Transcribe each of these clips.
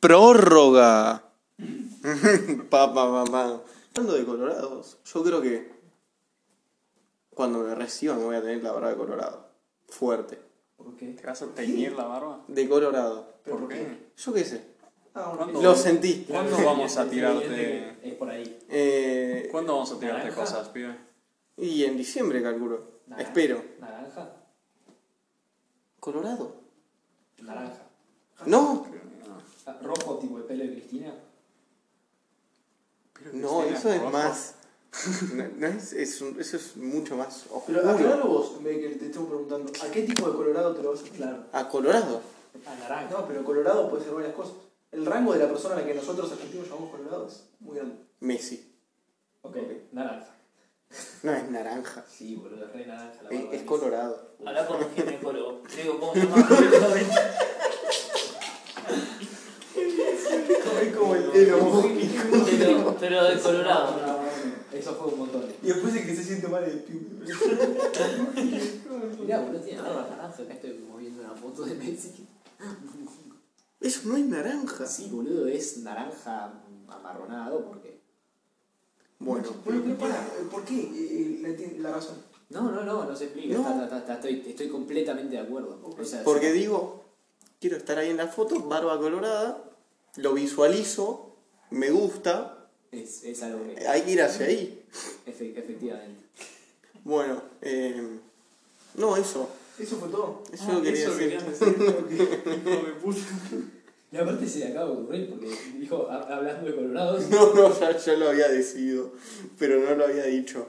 prórroga. Papá, mamá. Hablando de colorados, yo creo que cuando me reciban voy a tener la barba de colorado. Fuerte. ¿Por qué? ¿Te vas a teñir la barba? De colorado. ¿Pero ¿Por qué? Yo qué sé. Ah, ok. ¿Cuándo? Lo Oh. sentí. ¿Cuándo vamos a Es tirarte? evidente que Es por ahí. Eh, ¿Cuándo vamos a tirarte Naranja. cosas, pibe? y en diciembre calculo. Naranja. Espero. Naranja. ¿Colorado? Naranja. No. Ah, Rojo tipo el pelo de Cristina. No, Cristina, eso es rojo. más. No, no es, es un- eso es mucho más Pero oscuro. aclaralo vos, en vez de que te estemos preguntando, ¿a qué tipo de colorado te lo vas a Claro. A colorado. A Ah, naranja. No, pero colorado puede ser varias cosas. El rango de la persona a la que nosotros argentinos llamamos colorado es muy grande. Messi. Ok, naranja. No es naranja. Sí, boludo, es re naranja la Es, barba es de colorado. Habla con un ginecólogo. Le digo, ¿cómo se llama? Directamente. Es como el pero, pero de colorado. No, no, no, Eso fue un montón. Y después el que se siente mal es el pibe. Mirá, boludo, tiene barba naranja. Acá estoy moviendo una foto de Messi. Eso no es naranja. Sí, boludo, es naranja mm, amarronado porque. Bueno, Bueno, pero pará, ¿por qué eh, la, ti- la razón? No, no, no, no se explica. No. Está- está- está- estoy, estoy completamente de acuerdo. O sea, porque digo, quiero estar ahí en la foto, barba colorada, lo visualizo, me gusta, es, es algo que. hay que ir hacia ahí. efe- efectivamente. Bueno, eh, no, eso. Eso fue todo. Eso lo quería Eso decir. querías decir. Hijo de puta. Y aparte se le acaba de ocurrir porque dijo, ha- hablando de colorados, No, no, ya yo lo había decidido, pero no lo había dicho.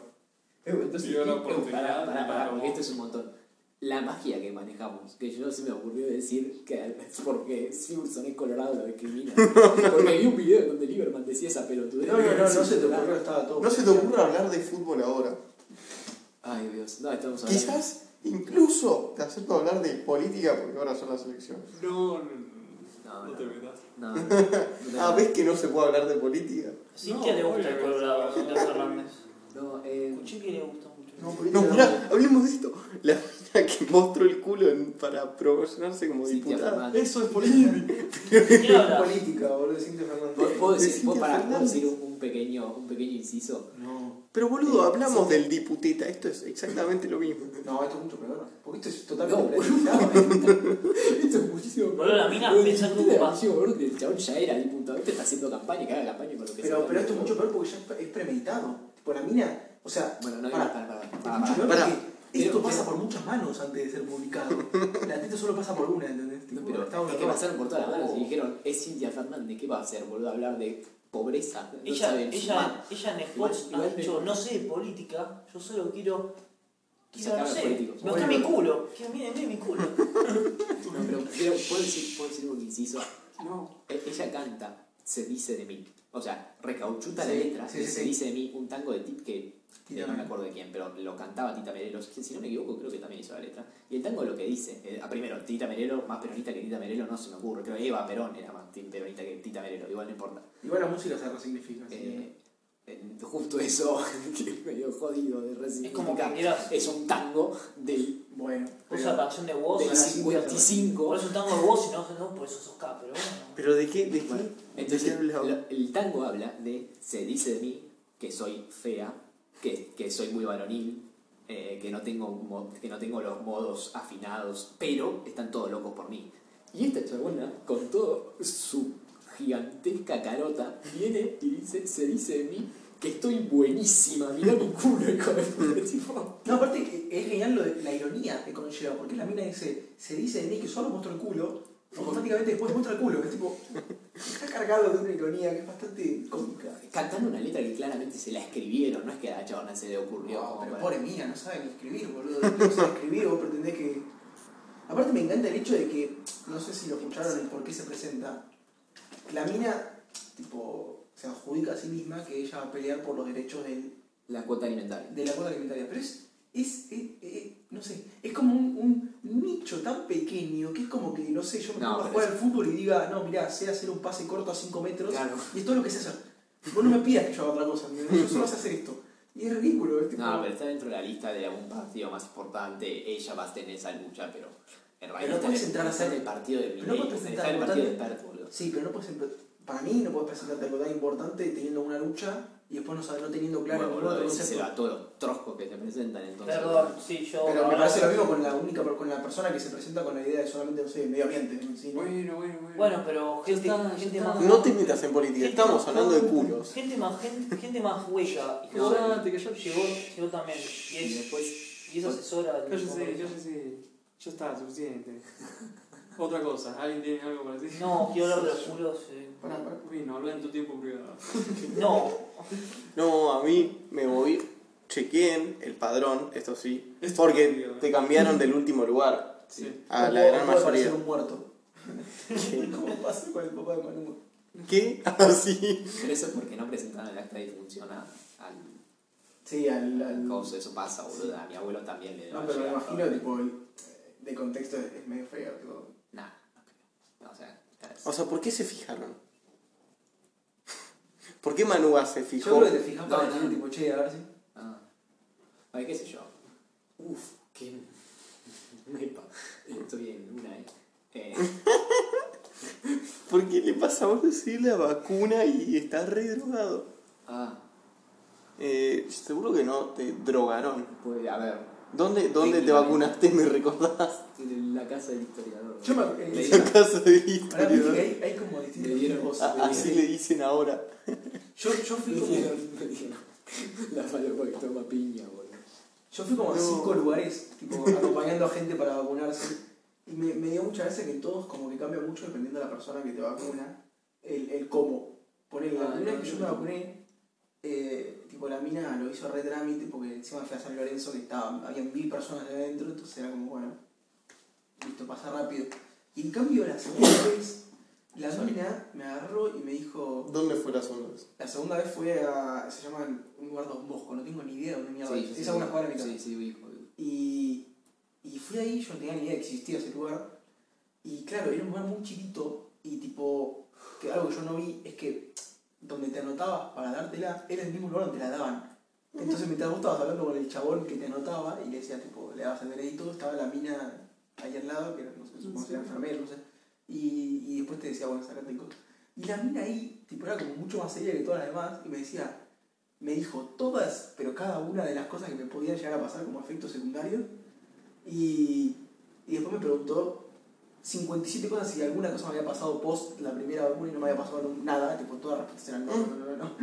Eh, Entonces, Dio la eh, oportunidad pará, pará, y pará, la porque tomó. esto es un montón. La magia que manejamos, que yo no se me ocurrió decir que es porque Simpson es colorado lo discrimina. Porque vi un video donde Lieberman decía esa pelotudez. No, no, no, no se te ocurrió, estaba todo. No se te ocurra hablar de fútbol ahora. Ay, Dios, no, estamos hablando. Quizás incluso te acepto hablar de política porque ahora son las elecciones. No, no, No, no, no. no te metas. No, no, no, no, no, Ah, ¿ves que no se puede hablar de política? Cintia le gusta el colorado, Cintia Fernández. no, eh, Escuché que le gusta mucho. No, No, política no. mirá, hablemos de esto. La mina que mostró el culo en- para promocionarse como Cintia diputada. Fernández. Eso es política. ¿Quién Es habla? política, boludo, siente ¿Puedo- Fernández. ¿Puedo de decir, ¿puedo, Cintia pará, ¿puedo Fernández. decir un, un pequeño, un pequeño inciso? No. Pero boludo, Eh, hablamos sí. del diputeta. Esto es exactamente lo mismo. No, esto es mucho peor. Porque esto es No, totalmente boludo. Esto es muchísimo. Boludo, la mina Lo de pensando Cristina como es muchísimo peor, que El chabón ya era diputado, este está haciendo campaña, y que haga campaña con lo que sea. Pero, pero esto es mucho peor porque ya es pre- es premeditado. Tipo, la mina, o sea, Bueno, no, pará, para, para, para, es mucho peor pará. porque Pero- esto pasa pero- por muchas manos antes de ser publicado. La teta solo pasa por una, ¿entendés? Tipo, pero está uno es que todo. pasaron por todas las manos y Oh. dijeron, es Cintia Fernández, ¿qué va a hacer, boludo? Hablar de pobreza. No Ella, saben ella, sumar. ella en Igual- Spots ha igual- dicho, no sé de política, yo solo quiero... Quiero, Sacar no a los sé, políticos. mostrar mi Bueno. culo. Que miren, miren mi culo. No, pero quiero- ¿puedo, decir, puedo decir un inciso. E- ella canta, se dice de mí. O sea, recauchuta la Sí, letra, sí, que sí, se sí. dice de mí, un tango de tip que que Tita no me Merelo. acuerdo de quién, pero lo cantaba Tita Merelo, si si no me equivoco creo que también hizo la letra. Y el tango lo que dice, eh, ah, primero, Tita Merelo, más peronista que Tita Merelo, no se me ocurre, creo que Eva Perón era más tin- peronista que Tita Merelo, igual no importa. Igual la música se resignifica. así Eh, eh, justo eso, que es medio jodido de Es como resignificar. que quieras... Es un tango del, que- Bueno. Usa pero- canción de voz. del la Cintia 55. Por eso un tango de voz y no, no por eso sos K, pero bueno. ¿Pero de qué? ¿De qué? Bueno, ¿De Entonces, qué hablaba? lo- el tango habla de, se dice de mí que soy fea, que, que soy muy varonil, eh, que, no tengo, mo- que no tengo los modos afinados, pero están todos locos por mí. Y esta chabona, con todo su gigantesca carota, viene y dice, se dice de mí que estoy buenísima, mirá mi culo, hijo de puta, tipo, No, aparte que es genial lo de la ironía que conlleva, porque la mina dice, se dice de mí que solo muestra el culo, automáticamente después muestra el culo, que es tipo, está cargado de una ironía que es bastante cómica. Cantando una letra que claramente se la escribieron, no es que a la chabona se le ocurrió. No, como pero para- pobre mía, no sabe ni escribir, boludo. No sabe escribir, vos pretendés que. Aparte, me encanta el hecho de que. No sé si lo escucharon en por qué se presenta. La mina, tipo, se adjudica a sí misma que ella va a pelear por los derechos del- La cuota alimentaria. de la cuota alimentaria. Pero es. Es, es- es- no sé, es como un, un nicho tan pequeño que es como que, no sé, yo me No, pongo a pero jugar es- al fútbol y diga, no, mirá, sé hacer un pase corto a 5 metros Claro. y es todo lo que sé hacer. Vos no me pidas que yo haga otra cosa, ¿entendés? yo solo sé hacer esto. Y es ridículo, es tipo- No, pero está dentro de la lista de algún partido más importante. Ella va a tener esa lucha, pero en no está puedes en- entrar a está en hacer- el partido de pero no Mineiro, puedes está en el entrar a partido de votar- Perth, boludo. boludo. Sí, pero no puedes empe- para mí no puedes presentarte algo tan importante teniendo una lucha y después no, saber- no teniendo claro bueno, el boludo, concepto. decíselo a todos los troscos que te presentan entonces. Perdón, sí, yo. Pero me ahora- parece lo mismo con la única con la persona que se presenta con la idea de solamente, no sé, medio ambiente. ¿sí? Bueno, bueno, bueno. Bueno, pero gente, está- ya gente está. más. No te metas en política, gente- estamos hablando de culos. Gente más, gente, gente más hueca. Y No, llegó- cállate, que yo- llegó, llegó también. Y es, después, y es asesora. del Cállese, Congreso. cállese. Ya está, suficiente. Otra cosa, ¿alguien tiene algo para decir? No, quiero hablar de los culos. eh. Pará, pará. Uy, no, habla en tu tiempo privado. No, No, a mí me moví. Chequeen el padrón, esto sí. Esto es Porque obvio. ¿eh? te cambiaron del último lugar Sí. a No la puedo- gran no puede parecer mayoría. un muerto. ¿Cómo pasa con el papá de Manu? ¿Qué? Ah, Así. Pero eso es porque no presentaron el acta de difunción a- al Sí, al. al- al coso. Eso pasa, boludo. A mi abuelo también le No, va a pero me llegar imagino, todo. tipo, el- eh, de contexto es, es medio feo. tipo. Nah, no creo. O sea, es- O sea, ¿por qué se fijaron? ¿Por qué Manúa se fijó? Yo creo que te fijas para No, no. decir, tipo, che, a ver si. Ah. Ay, qué sé yo. Uf, qué. Epa, Estoy en una, eh. Eh, ¿Por qué le pasa a vos decir la vacuna y estás re drogado? ah, Eh, seguro que no, te drogaron. pues, a ver. ¿Dónde, dónde te vacunaste? ¿Me recordás? La casa del historiador. Yo me- eh, Le En dieron- casa de Pará, viste que historiador. hay, hay como Le distintos dieron tipos. voz. A- Así le dicen ahora. Yo, yo fui Le como. dieron- le dieron La falopa que toma piña, boludo. Yo fui como a No. cinco lugares, tipo, acompañando a gente para vacunarse. Y me, me dio mucha gracia que en todos como que cambia mucho dependiendo de la persona que te vacuna, el, el cómo. Por el, la Ah, primera no, vez que no, yo me no. vacuné, eh, tipo, la mina lo hizo re trámite porque encima fue a San Lorenzo que estaba, habían mil personas ahí adentro, entonces era como, bueno, listo, pasa rápido. Y en cambio la segunda vez, la mina me agarró y me dijo, ¿Dónde fue la segunda vez? la segunda vez fue a, se llama un lugar Dos Bosco, no tengo ni idea de dónde mierda Sí, es, sí, es a una sí. cuadra de mi casa. Sí, sí, hijo. Y, y fui ahí, yo no tenía ni idea que existía ese lugar. Y claro, era un lugar muy chiquito y tipo, que algo que yo no vi es que donde te anotabas para dártela era el mismo lugar donde la daban. Entonces mientras vos estabas hablando con el chabón que te anotaba y le decías, tipo, le dabas el veredicto, estaba la mina ahí al lado, que era, no sé, supongo que era enfermera, no sé. Y, y después te decía, bueno, sacate el coso. Y la mina ahí, tipo, era como mucho más seria que todas las demás y me decía, me dijo todas, pero cada una de las cosas que me podían llegar a pasar como efecto secundario. Y, y después me preguntó 57 cosas si alguna cosa me había pasado post la primera vacuna y no me había pasado nun- nada, tipo todas las respuestas eran no, no, no, no, no.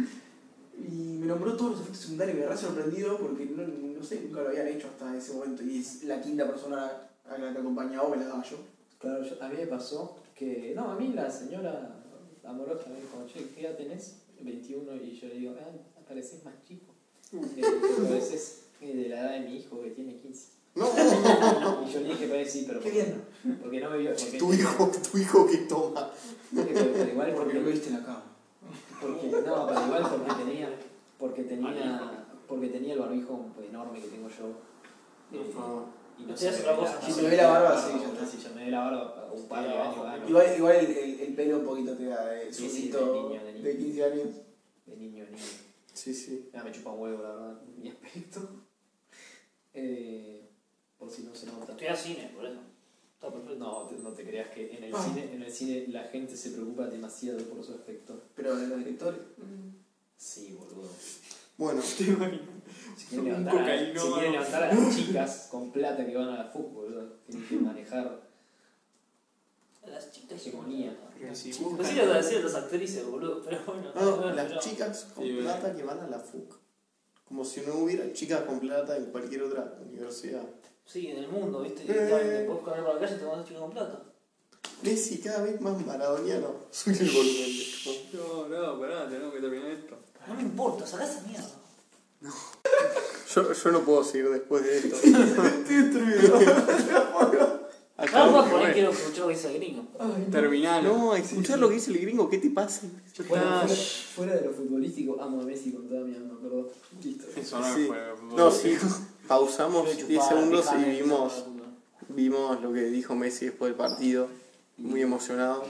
Y me nombró todos los efectos secundarios y me re sorprendido porque no, no sé, nunca lo habían hecho hasta ese momento. Y es la quinta persona a la que acompañaba me la daba yo. Claro, yo- a mí me pasó que. No, a mí la señora amorosa me dijo, che, ¿qué edad tenés? 21, y yo le digo, ah, pareces más chico. Eh, pareces eh, de la edad de mi hijo que tiene 15. No, Y yo le dije, parece sí, pero. Qué ¿por qué bien. no? Porque no me vio. Porque, tu hijo, tu hijo que toma. Pero- pero igual Porque lo porque, viste en la cama. porque. No, pero igual porque tenía. Porque tenía. Porque tenía el barbijo enorme que tengo yo. Eh, Ah, y no Sí, sé. es otra cosa. Si me ve la barba, sí, ya está. Si se me ve la barba, un par de Sí, años. abajo. ah, no. Igual, igual el, el, el pelo un poquito te da de Sí, sí, de surito niño, de niño. de 15 años. De niño, niño. Sí, sí. Ah, me chupa un huevo, la verdad, mi aspecto. Eh, por si no se nota. Estudia cine, por eso. Está perfecto. No, te- no te creas que en el, Ah. cine, en el cine la gente se preocupa demasiado por su aspecto. Pero los directores. Sí, boludo. Bueno, Si quieren Un levantar, a, si cocainómano. quieren levantar a las chicas con plata que van a la FUC, boludo. Tienen que manejar Las chicas hegemonía. Si Pues sí, buscan- lo que decían las actrices, boludo, pero bueno. no, bueno, ah, las pero- chicas con Sí, bueno. plata que van a la FUC. Como si no hubiera chicas con plata en cualquier otra universidad. Sí, en el mundo, ¿viste? Eh. Te podés correr por la calle y te mandas chicas con plata. Messi cada vez más maradoniano. Sube el volumen. de- No, no, pará, tenemos que terminar esto. No me importa, sacá esa mierda. Yo, yo no puedo seguir después de esto. No, Acá, pues por ahí quiero escuchar lo que dice el gringo. Terminalo. no, escuchar lo que dice el gringo, ¿qué te pasa? Fuera, fuera de lo futbolísimo, amo a Messi con toda mi alma, perdón. Listo. Eso no Sí. fue. No, sí. Pausamos Quiero 10 chupar, segundos y dejarme de vimos, chupar, boludo. vimos lo que dijo Messi después del partido. Muy emocionado.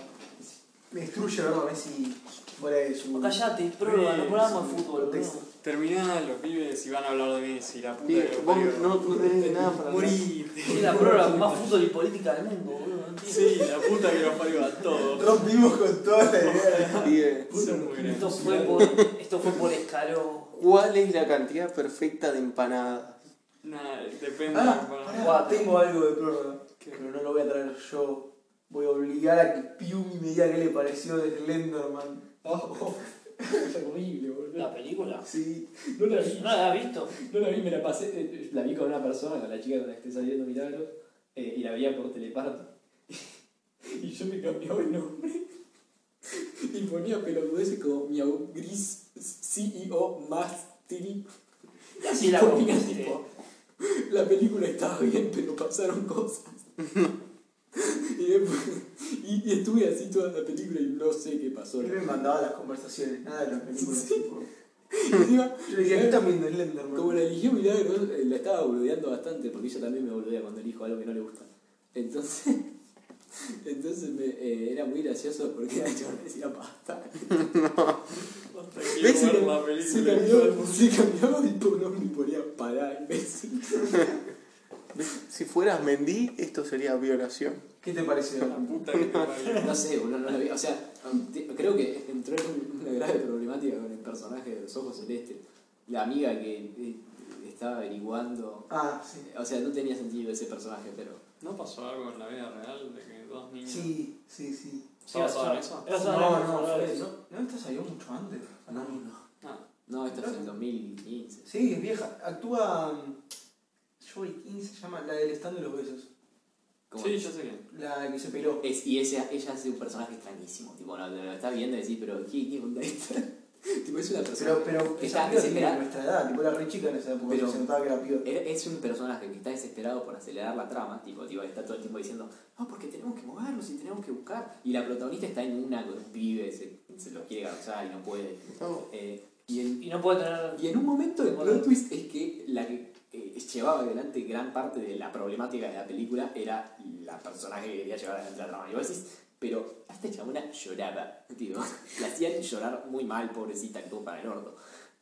Me destruye verlo a Messi fuera de su. Callate, prueba, no probamos el fútbol, contexto. boludo. Terminá los pibes si van a hablar de Messi, la puta Sí, que los vos parió. no, no tenés nada para hablar. Morir. Es la prueba con más fútbol y política del mundo, boludo. no entiendo. Sí, la puta que los parió a todos. Rompimos con toda la idea. Y, eh, Son muy Esto grandes. fue por, esto fue por escalón. ¿Cuál es la cantidad perfecta de empanadas? Nah, depende. Ah, bueno. pará, Cuatro. tengo algo de prórroga. ¿Qué? Pero no lo voy a traer yo. Voy a obligar a que Piumi me diga qué le pareció de Slenderman. Es horrible, boludo. La película. Sí. No la vi. No la había visto. No la vi, me la pasé. eh, La vi con una persona, con la chica con la que estoy saliendo milagros, eh, y la veía por teleparto. Y yo me cambiaba el nombre. Y ponía pelotudeces como Miau Gris E CEO Mastery. Y así la Por comida, mí, tipo. La película estaba bien, pero pasaron cosas. Y, después- y- y estuve así toda la película y no sé qué pasó. Él me mandaba las conversaciones, nada de las películas. tipo. Y encima, Yo le dije, ¿qué están viendo Slenderman? Como la eligió Milagros, eh, la estaba boludeando bastante, porque ella también me boludea cuando elijo algo que no le gusta. Entonces, entonces me, eh, era muy gracioso porque la chabona decía pasta. Quiero Se ver cam- la se película. cambiaba, se cambiaba de pronombre y ponía pará, imbécil. Si fueras Mendy, esto sería violación. ¿Qué te pareció? La puta que te parió. No sé, boludo, no la vi. O sea, te- creo que entró en una grave problemática con el personaje de los ojos celestes. La amiga que eh, estaba averiguando. Ah, sí. O sea, no tenía sentido ese personaje, pero. ¿No pasó algo en la vida real de que dos niños Sí, sí, sí. se basaron en eso? Era solo No, la no, película, fue- ¿no? no. ¿No esta salió mucho antes? No, no. Ah, No, esto es en 2015. Sí, es vieja. Actúa. mm, Joey King se llama la del stand de los besos. Como- sí, yo sé que. La que se peló. Es- y ese- ella hace un personaje extrañísimo. Tipo, lo, lo estás viendo y decís, pero ¿qué, qué onda esta? tipo, es una persona. Pero, pero que esa está piba tiene desesperada. nuestra edad, tipo era re chica en esa época, Pero- se notaba que era piba. Era- e-, Es un personaje que está desesperado por acelerar la trama, tipo, tipo, está todo el tiempo diciendo, no, porque tenemos que movernos y tenemos que buscar. Y la protagonista está en una con un pibe, se, se lo quiere garchar y no puede. No. Eh, y, en, Y no puede tener. y en un momento el plot twist es que la que eh, llevaba adelante gran parte de la problemática de la película era la personaje que quería llevar adelante la trama. Y vos decís, pero a esta chabona lloraba, tío. La hacían llorar muy mal, pobrecita, actuó para el orto.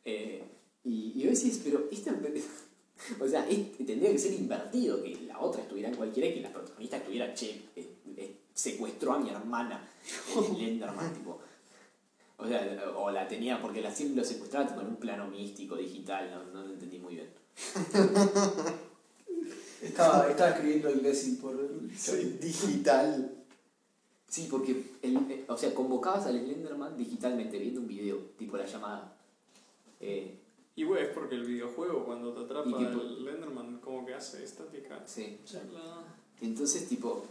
Eh, y, y vos decís, pero esta... O sea, es- tendría que ser invertido, que la otra estuviera en cualquiera y que la protagonista estuviera, che, eh, eh, secuestró a mi hermana, el Lenderman, tipo. O sea, o la tenía, porque la siempre lo secuestraba tipo, en un plano místico, digital, no, no lo entendí muy bien. Estaba, estaba escribiendo imbécil por. Digital. Sí, porque, el, eh, o sea, convocabas al Slenderman digitalmente viendo un video, tipo la llamada. Eh, Y güey, es porque el videojuego cuando te atrapa Y que- el Lenderman como que hace estática. sí. Chala. Entonces, tipo,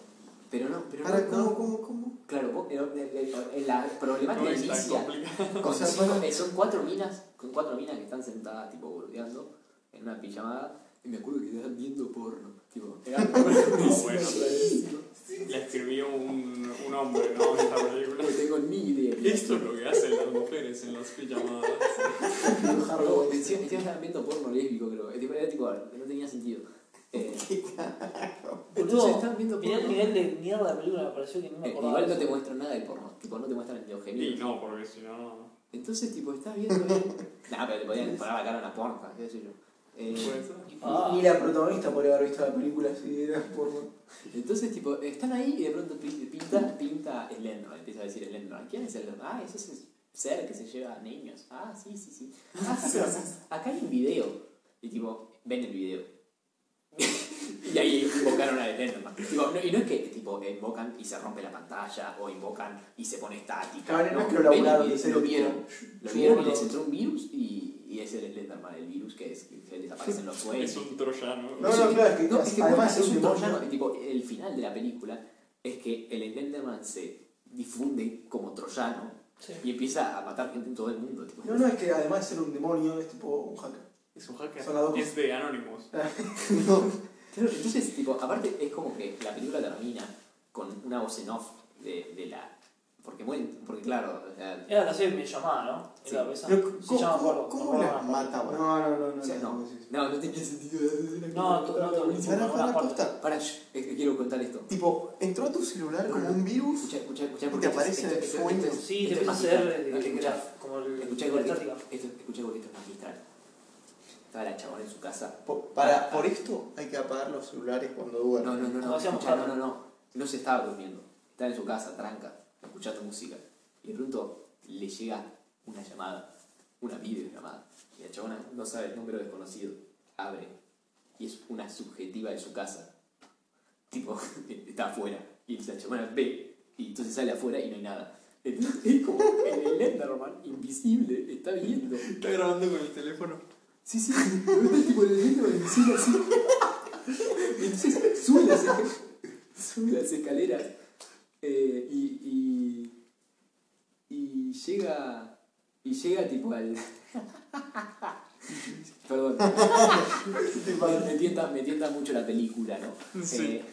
pero no, pero Ahora, no, ¿cómo, no. cómo, cómo? Claro, vos- eh, eh, eh, la problemática No es tan inicia complicado. Con O sea, cinco- para- eh, son cuatro minas, con cuatro minas que están sentadas, tipo, burdeando en una pijamada. Y me acuerdo que estaban viendo porno. Tipo, era No, bueno, la escribió un, un hombre, ¿no? Esta película. no tengo ni idea. Esto es lo que hacen las mujeres en las pijamadas. Pero encima- encima estaban viendo porno lésbico, creo. Eh, tipo, Era tipo, no tenía sentido. Eh, Boludo, entonces estaban viendo mirá el porno. nivel de mierda de película, me pareció que no me Eh, acordaba. igual no de te eso. muestran nada del porno, tipo, no te muestran el Y neogenismo. no, porque si no, no Entonces, tipo, estás viendo. Nah, pero te podían parar la cara a una porta, qué sé yo. Eh, puede ser. Ah. Ni la protagonista podría haber visto la película si era por. Entonces, tipo, están ahí y de pronto pi- pinta, pinta el Lenron, empieza a decir el Lenron. ¿Quién es el Lenron? Ah, ese es el ser que se lleva a niños. Ah, sí, sí, sí. Ah, sí, sí, sí. Acá hay un video. Y tipo, ven el video. y ahí invocaron al Lenron. Tipo, no- y no es que tipo, invocan y se rompe la pantalla o invocan y se pone estática. Cabrón, no es que lo ven el laburaron, video, en serio, lo vieron. tipo, Lo vieron y yo- les entró un virus y, y es el Slenderman, el virus que, es, que desaparecen los sueños. Es un troyano. No, no, claro, es que No, es que además bueno, es es un un demonio. troyano, tipo, el final de la película es que el Slenderman se difunde como troyano Sí. y empieza a matar gente en todo el mundo. tipo. No, no, es que además de ser un demonio es tipo un hacker. Es un hacker. Son las dos Es de Anonymous. Claro, entonces, tipo, aparte es como que la película termina con una voz en off de, de la Porque mueren, porque claro, o sea, Era la serie me llamaba, ¿no? Sí. Era esa. Pero, Ah, Se ¿Cómo, llama, cómo, no cómo me las acuerdo. mata, weón? No, no, no, o sea, no, no. no, no tenía sentido. No, to- no, está Se buenísimo. van a buena jugar a la parte. costa. Para, quiero contar esto. Tipo, entró a tu celular como un virus. Escucha, escucha, escucha. Te aparece en el fuente. Sí, eh, te empieza a hacer el- el- el- Escucha, como el- escucha, la estática. escucha, porque esto es magistral. Estaba la chabona en su casa. Po- Para, por esto hay que apagar los celulares cuando No, duermen. no, no, Como no, hacíamos escuchá, no, antes. no, no. No se estaba durmiendo. Estaba en su casa, tranca, escuchando música. Y de pronto le llega una llamada, una videollamada. Y la chabona no sabe el número desconocido. Abre. Y es una subjetiva de su casa. Tipo, está afuera. Y la chabona ve. Y entonces sale afuera y no hay nada. Entonces, es como en el Enderman, invisible, está viendo. Está grabando con el teléfono. Sí, sí, lo ves tipo en el libro y sigue así. Entonces sube las, sube las escaleras eh, y, y, y llega. Y llega tipo al. Perdón. me, me tienta, me tienta mucho la película, ¿no? Eh,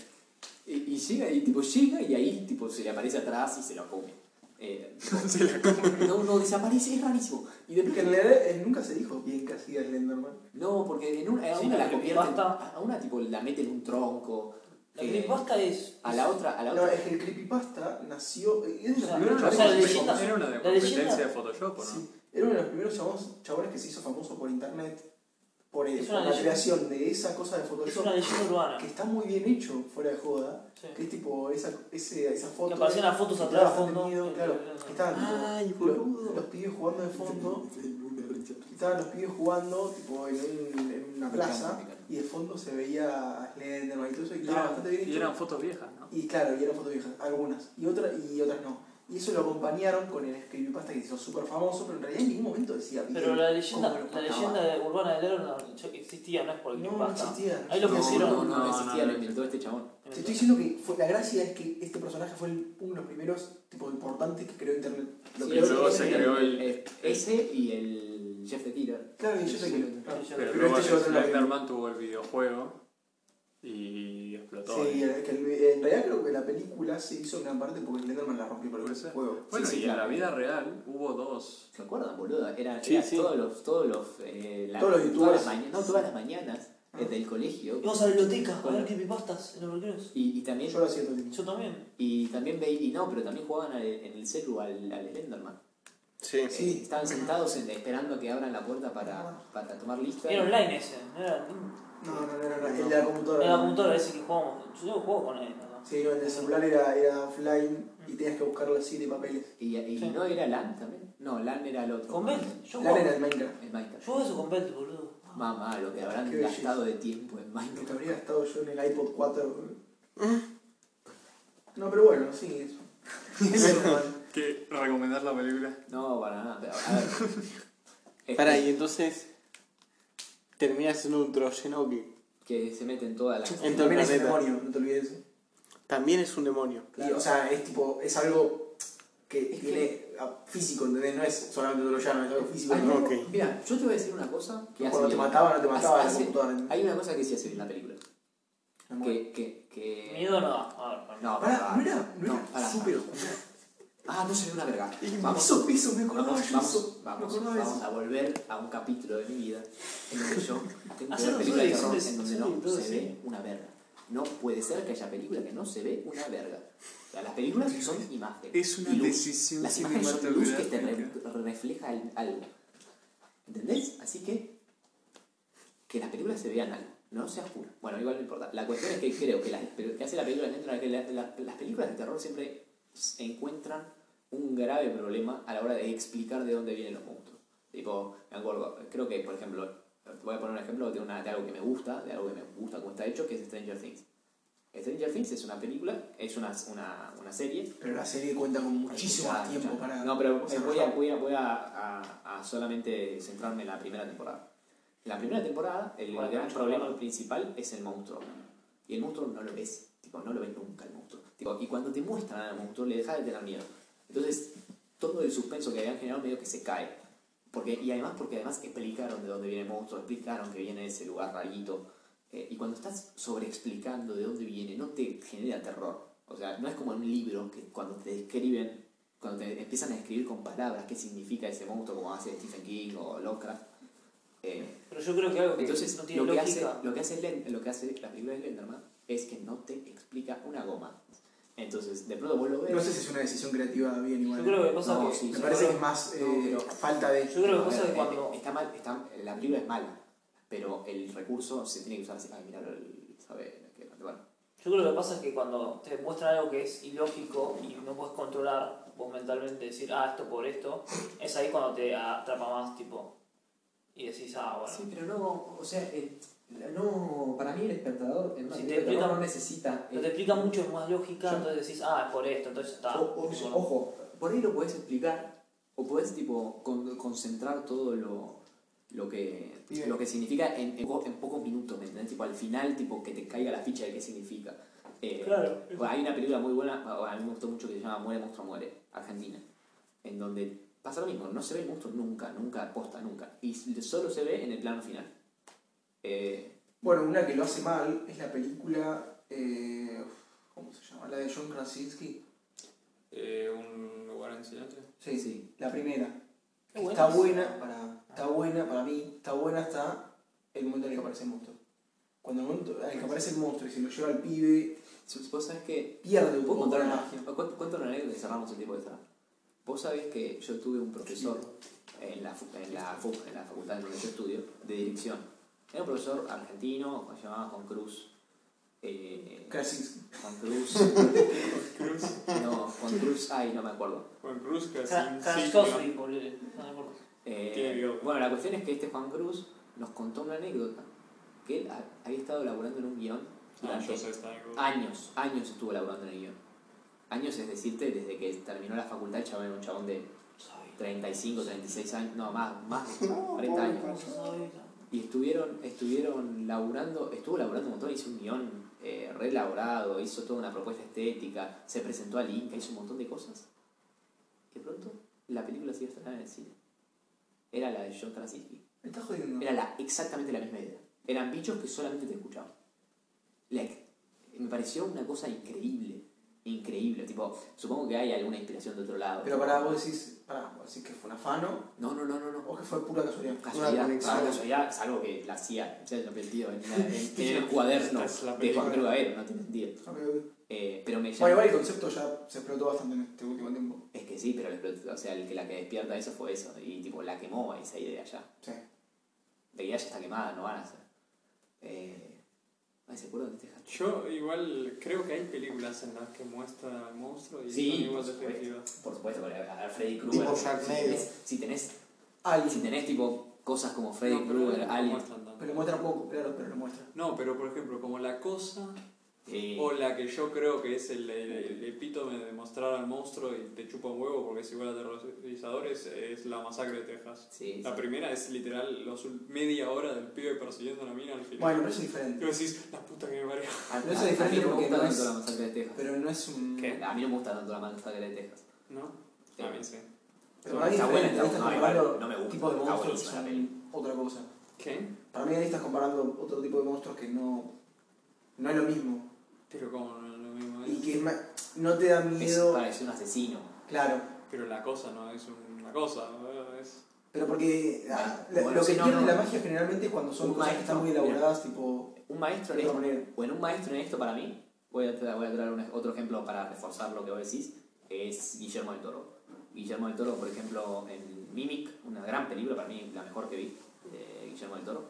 y, y llega y tipo llega y ahí tipo se le aparece atrás y se lo come. Eh, Se la come. no, no, desaparece, es rarísimo. Y de Porque en realidad eh, nunca se dijo bien que hacía Slenderman. no, porque en un- a Sí, una la la convierten, creepypasta. a una tipo la meten en un tronco. La eh, creepypasta es. A la otra, a la No, otra. es que el creepypasta nació. Es O de los sea, o sea, primeros chabones la que se leyenda- Era una de la competencia leyenda- de Photoshop, ¿o ¿no? Sí, era uno de los primeros chavos- chabones que se hizo famoso por internet por, el- Es por una la leyenda. creación de esa cosa de Es Photoshop una leyenda urbana. que está muy bien hecho fuera de joda Sí. que es tipo esa, ese, esa foto Que aparecen las fotos que atrás de estaba fondo. Eh, tenido, claro, que estaban tipo, Ay, los, boludo. los pibes jugando de fondo que estaban los pibes jugando tipo en, un- en una Me plaza encanta, me encanta. y de fondo se veía a Slenderman y todo eso y Y estaba eran- bastante bien Y hecho eran fotos viejas, ¿no? y claro, y eran fotos viejas, algunas, y otras, y otras no. Y eso lo acompañaron con el creepypasta que se hizo súper famoso, pero en realidad en ningún momento decía bien Pero la leyenda, cómo lo la mataba. leyenda de- urbana del héroe no, ya existía, no es por el No, creepypasta. no existía. Ahí lo No, pusieron. No, no, no, No, existía, no, lo no. inventó este chabón. en el- Te estoy diciendo que fue- la gracia es que este personaje fue el- uno de los primeros tipo importantes que creó internet. Lo Sí, creó ese- luego ese- se ese- creó el- eh, Ese y el Jeff the Killer. Claro, y yo sé que Sí, sí, Pero Pero luego este llegó a tener- Slenderman tuvo el videojuego y explotó. Sí, el- que el- en realidad creo que la película se hizo en gran parte porque Slenderman la rompió por Puede el ser. juego. Bueno, Sí, sí, y en la claro. vida real hubo dos. ¿Se acuerdan, boludo? Era, Sí, era sí. todos los, todos los, eh, la- Todos los todas youtubers. las maña- no, todas las mañanas desde el colegio. Íbamos a la biblioteca a Bueno. ver creepypastas en los recreos. Y, y también Yo lo hacía todo el tiempo. Yo también. y también veía, y no, pero también jugaban al- en el celu al, al Slenderman. Sí. Sí. Eh, Estaban sentados en- esperando a que abran la puerta para, para tomar lista. Era online ese, no era. No, no, no, no, no, el de la computadora. Era la computadora ese que jugábamos. Yo juego con él, ¿no? Sí, no, el de celular era, era offline y tenías que buscarlo así de papeles. Y, y Sí. no era LAN también. No, LAN era el otro. Con Ben, yo Lan juego. era el Minecraft. El Minecraft. Yo juego eso con Ben, boludo. Mamá, lo que habrán Qué belleza. gastado de tiempo en Lo que Minecraft. habría gastado yo en el iPod 4. ¿Eh? No, pero bueno, sí, eso. Eso, man. ¿Qué? ¿Recomendar la película? No, para nada. Pero, a ver. Es Pará, que, y entonces termina siendo un troyeno que que se meten todas las. En todo el También es un planeta. demonio, no te olvides de eso. también es un demonio. Y, o sea, es tipo, es algo que Es tiene ah, físico, ¿entendés? No es solamente un troyano, es algo físico. Hay ¿no? no, algo- ok. Mira, yo te voy a decir una cosa que hace Cuando te bien. mataba, no te mataba la Hace- computadora. ¿entendés? Hay una cosa que sí hace bien la película. La muerte. Que, que, que. Miedo no da. A ver, para mí. No, Pará, no era, no No, era pará. súper Ah, no se ve una verga. Vamos. Eso, eso, me acordaba Vamos, yo. vamos, eso. me vamos, acordaba de vamos eso. a volver a un capítulo de mi vida en donde yo tengo Hacer una un película de solo terror episodio, en donde hacer un no episodio, se sí. ve una verga. No puede ser que haya película que no se ve una verga. O sea, las películas son imágenes. Es una y luz. decisión Las imágenes son luz que te cinematográfica. re- refleja al- algo. ¿Entendés? Así que que las películas se vean algo, no sea oscuro. Bueno, igual no importa. La cuestión es que creo que las pero que hace la película dentro de que la- la- las películas de terror siempre encuentran un grave problema a la hora de explicar de dónde vienen los monstruos. Tipo, me acuerdo, creo que, por ejemplo, te voy a poner un ejemplo de, una- de algo que me gusta, de algo que me gusta cómo está hecho, que es Stranger Things. Stranger Things es una película, es una, una, una serie Pero la serie cuenta con muchísimo ya, más tiempo ya. para. No, pero eh, desarrollar. voy, a, voy, a, voy a, a- a solamente centrarme en la primera temporada. En la primera temporada, el Bueno, gran yo problema no. principal es el monstruo. Y el monstruo no lo ves. Tipo, no lo ves nunca el monstruo. Tipo, y cuando te muestran al monstruo, le dejas de tener miedo. Entonces, todo el suspenso que habían generado medio que se cae. Porque, y además porque además explicaron de dónde viene el monstruo, explicaron que viene de ese lugar rarito. Eh, y cuando estás sobreexplicando de dónde viene, no te genera terror. O sea, no es como en un libro que cuando te describen cuando te empiezan a escribir con palabras qué significa ese monstruo, como hace Stephen King o Lovecraft. eh, Pero yo creo que algo que entonces, no tiene lo, que hace, lógica. lo, que hace Len- lo que hace la película de Slenderman es que no te explica una goma. Entonces, de pronto vos lo ves. No sé si es una decisión creativa bien igual. Yo creo que pasa No, que. sí, Me yo parece creo- que es más eh, no, pero- falta de. Yo creo que A pasa ver, que eh, cuando. Está mal, está, la película es mala, pero el recurso se tiene que usar así. Ay, mira, sabe, que- bueno. Yo creo que pasa es que cuando te muestran algo que es ilógico y no puedes controlar vos mentalmente, decir, ah, esto por esto, es ahí cuando te atrapa más, tipo. Y decís, ah, bueno. Sí, pero no, o sea, el- no, para mí el espectador en una Si película de te terror explican- no necesita. No eh, te explica mucho, es más lógica, Yo- entonces decís, ah, es por esto, entonces está. O- o- tipo, ojo, Por ahí lo podés explicar, o podés tipo, con- concentrar todo lo, lo, que, Bien. lo que significa en, en, po- en pocos minutos, ¿me entendés? Tipo, al final, tipo, que te caiga la ficha de qué significa. Eh, Claro. Bueno, Hay una película muy buena, bueno, a mí me gustó mucho, que se llama Muere, Monstruo, Muere, Argentina, en donde pasa lo mismo, no se ve el monstruo nunca, nunca, posta, nunca, y solo se ve en el plano final. Eh, Bueno, una que lo hace mal es la película. eh, ¿Cómo se llama? La de John Krasinski. Eh, un lugar en silencio. Sí, Sí. La primera. Qué buena Está esa. buena para, está buena para mí. Está buena hasta el momento en el que aparece el monstruo. Cuando el momento en el que aparece el monstruo y se lo lleva al pibe, vos sabés que pierde un ¿Puedo poco contar la una, magia. cu- cuento una anécdota y cerramos el tiempo que está? Vos sabés que yo tuve un profesor en la, fu- en la, fu- en la facultad donde yo estudio, de dirección. Era un profesor argentino, se llamaba Juan Cruz. eh, Krasinski. Juan Cruz. Cruz. No, Juan Cruz, ay, no me acuerdo. Juan Cruz, casi. Ca- un Crash siglo. Cosby, boludo. No me acuerdo. Eh, Tiene bigote. bueno, la cuestión es que este Juan Cruz nos contó una anécdota que él ha- había estado laburando en un guión Ah, durante yo sé, está algo. años, años estuvo laburando en el guión. Años es decirte, desde que terminó la facultad, el chabón era un chabón de 35, 36 años, no, más, más, 40 años. Soy- Y estuvieron, estuvieron laburando, estuvo laburando un montón, hizo un guión eh, re elaborado, hizo toda una propuesta estética, se presentó al Inca, hizo un montón de cosas. Y de pronto, la película se iba a estrenar en el cine. Era la de John Krasinski. Me está jodiendo. Era la, exactamente la misma idea. Eran bichos que solamente te escuchaban. Like, me pareció una cosa increíble. Increíble. Tipo, supongo que hay alguna inspiración de otro lado. Pero para vos decís, pará, vos decís que fue un afano No, no, no, no, no. o que fue pura casualidad. Casualidad, conexión. ah, casualidad, salvo que la hacía, se haya arrepentido en, la- en- en el cuaderno Esta es la de Juan película. Cruz Gavero, no tiene sentido. Ok, ok. Eh, pero me Bueno, llamó. igual el concepto ya se explotó bastante en este último tiempo. Es que sí, pero la explot- o sea, el que la que despierta eso fue eso. Y tipo, la quemó esa idea ya. Sí. La idea ya está quemada, no van a hacer. Eh, ay, ¿se acuerdan de este hashtag? Yo igual creo que hay películas en las que muestra al monstruo y Sí, pues, son igual por de supuesto. efectivas. Por supuesto, con a ver, Freddy Krueger. Tipo Jack si, Medio. tenés, si tenés, Alguien. si tenés, tipo cosas como Freddy No, pero Krueger, no Alien. muestran tanto. Pero muestra poco, claro, pero lo muestra. No, pero por ejemplo, como La Cosa, eh, o la que yo creo que es el, el- el epítome de mostrar al monstruo y te chupa un huevo porque es igual a terrorizador, es, es La Masacre de Texas. sí, La sí. primera es literal los ul- media hora del pibe persiguiendo a la mina al final. Bueno, pero eso es Y diferente. vos decís, la puta que me parió. A, pero eso a- es a mí diferente no me porque gusta no tanto es- la masacre de Texas. Pero no es un. ¿Qué? A mí no me gusta tanto la masacre de Texas. ¿No? A mí sí. Pero para mí Está es buena, diferente, está- estás no, igual, comparando no me gusta, tipos de está monstruos que buenísima la son otra cosa. ¿Qué? Para mí ahí estás comparando otro tipo de monstruos que no. No es lo mismo. Pero como no es lo mismo ¿eh? Y es. que es más- no te da Es, miedo. parece un asesino. Claro. Pero la cosa no es una cosa, ¿no? es. Pero porque ah, la- Bueno, lo que sí, no, pierde no. la magia generalmente es cuando son Un cosas que maestro, están muy mira. elaboradas, tipo. Un maestro en De otra esto- manera. bueno, un maestro en esto para mí, voy a, tra- voy a traer un- otro ejemplo para reforzar lo que vos decís, es Guillermo del Toro. Guillermo del Toro, por ejemplo, en Mimic, una gran película, para mí la mejor que vi, de Guillermo del Toro,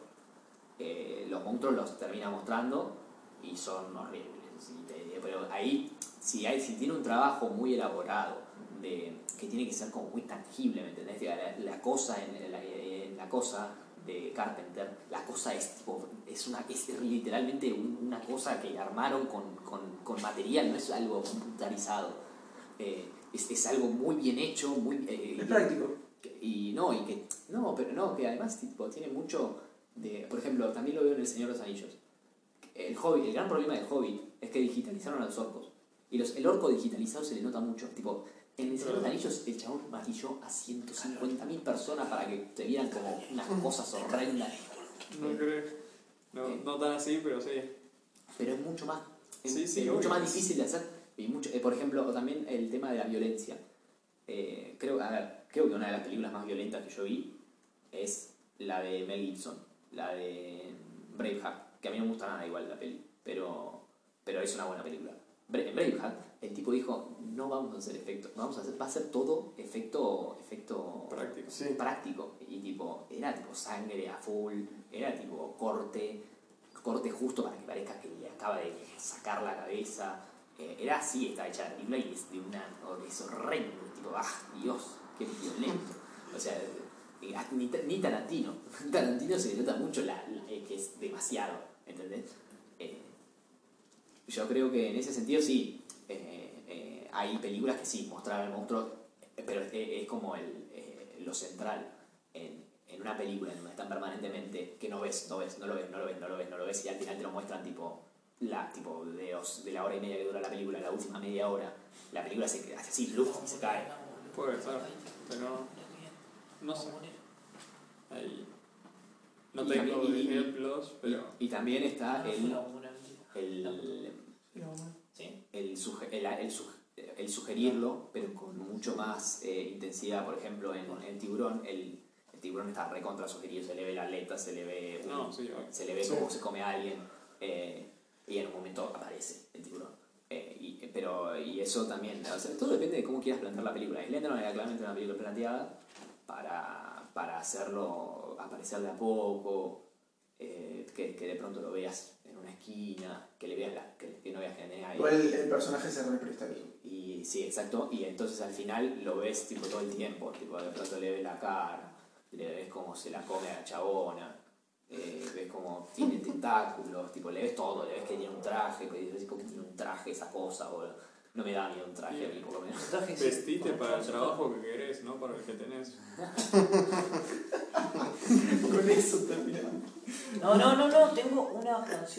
eh, los monstruos los termina mostrando y son horribles. y te- pero ahí, si, hay, si tiene un trabajo muy elaborado, de, que tiene que ser como muy tangible, ¿me entendés? La, la cosa en la, en la cosa de Carpenter, la cosa es tipo, es una es literalmente un- una cosa que armaron con, con- con material, no es algo computarizado. Eh, es, es algo muy bien hecho, muy eh, Es práctico. que- y no, y que. No, pero no, que además tipo, tiene mucho de. Por ejemplo, también lo veo en El Señor de los Anillos. El Hobbit, el gran problema del Hobbit es que digitalizaron a los orcos. Y los, el orco digitalizado se le nota mucho. Tipo, en El Señor de los Anillos el chabón maquilló a 150.000 personas para que te vieran como unas cosas horrendas. No creo. No, Eh. no tan así, pero sí. pero es mucho más es, Sí, sí, es mucho obvio. más difícil de hacer y mucho eh, por ejemplo o también el tema de la violencia eh, creo, a ver, creo que una de las películas más violentas que yo vi es la de Mel Gibson, la de Braveheart, que a mí no me gusta nada igual la peli, pero, pero es una buena película. Bra- En Braveheart, el tipo dijo, no vamos a hacer efectos, vamos a hacer, va a ser todo efecto, efecto Práctico. Sí. práctico. Y tipo, era tipo sangre a full, era tipo corte, corte justo para que parezca que le acaba de sacar la cabeza. Eh, era así, estaba hecha la película y es de una es horrendo, tipo, ah, Dios, qué violento. O sea, eh, ah, ni, ta- ni Tarantino. Tarantino se nota mucho la, la- eh, que es demasiado, ¿entendés? Eh, yo creo que en ese sentido sí, eh, eh, hay películas que sí, mostrar al monstruo eh, pero es, es como el, eh, lo central en, en una película en donde están permanentemente que no ves, no ves, no lo ves, no lo ves, no lo ves, no lo ves y al final te lo muestran tipo la tipo de, os- de la hora y media que dura la película, la última media hora, la película se hace así luz y se cae. Puede ser, pero no sé. Ahí. No Y tengo también- y- Disney Plus, pero. Y también está Ah, el, el, Pero, ¿Sí? el, suge- el, el suge- el sugerirlo, pero con mucho más eh, intensidad, por ejemplo, en, en tiburón, el, el tiburón está recontra sugerido, se le ve la aleta, se le ve un- No, sí, yo. se le ve cómo se come a alguien eh, y en un momento aparece el tiburón. Eh, y, pero, y eso también, o sea, todo depende de cómo quieras plantear la película. Slenderman era claramente una película planteada para, para hacerlo aparecer de a poco, eh, que, que de pronto lo veas en una esquina, que, le veas la, que, que no veas que tenés ahí. Igual el, el personaje se represta bien. Y sí, exacto. Y entonces al final lo ves tipo todo el tiempo. Tipo, de pronto le ves la cara, le ves cómo se la come a la chabona, eh, ves cómo tiene tentáculos, tipo, le ves todo, le ves que tiene un traje, que dices, ¿por qué tiene un traje esa cosa? boludo? No me da miedo un traje a mí, por lo menos. Vestite para el trabajo que querés, no para el que tenés. Con eso terminamos. No, no, no, no, tengo una canción.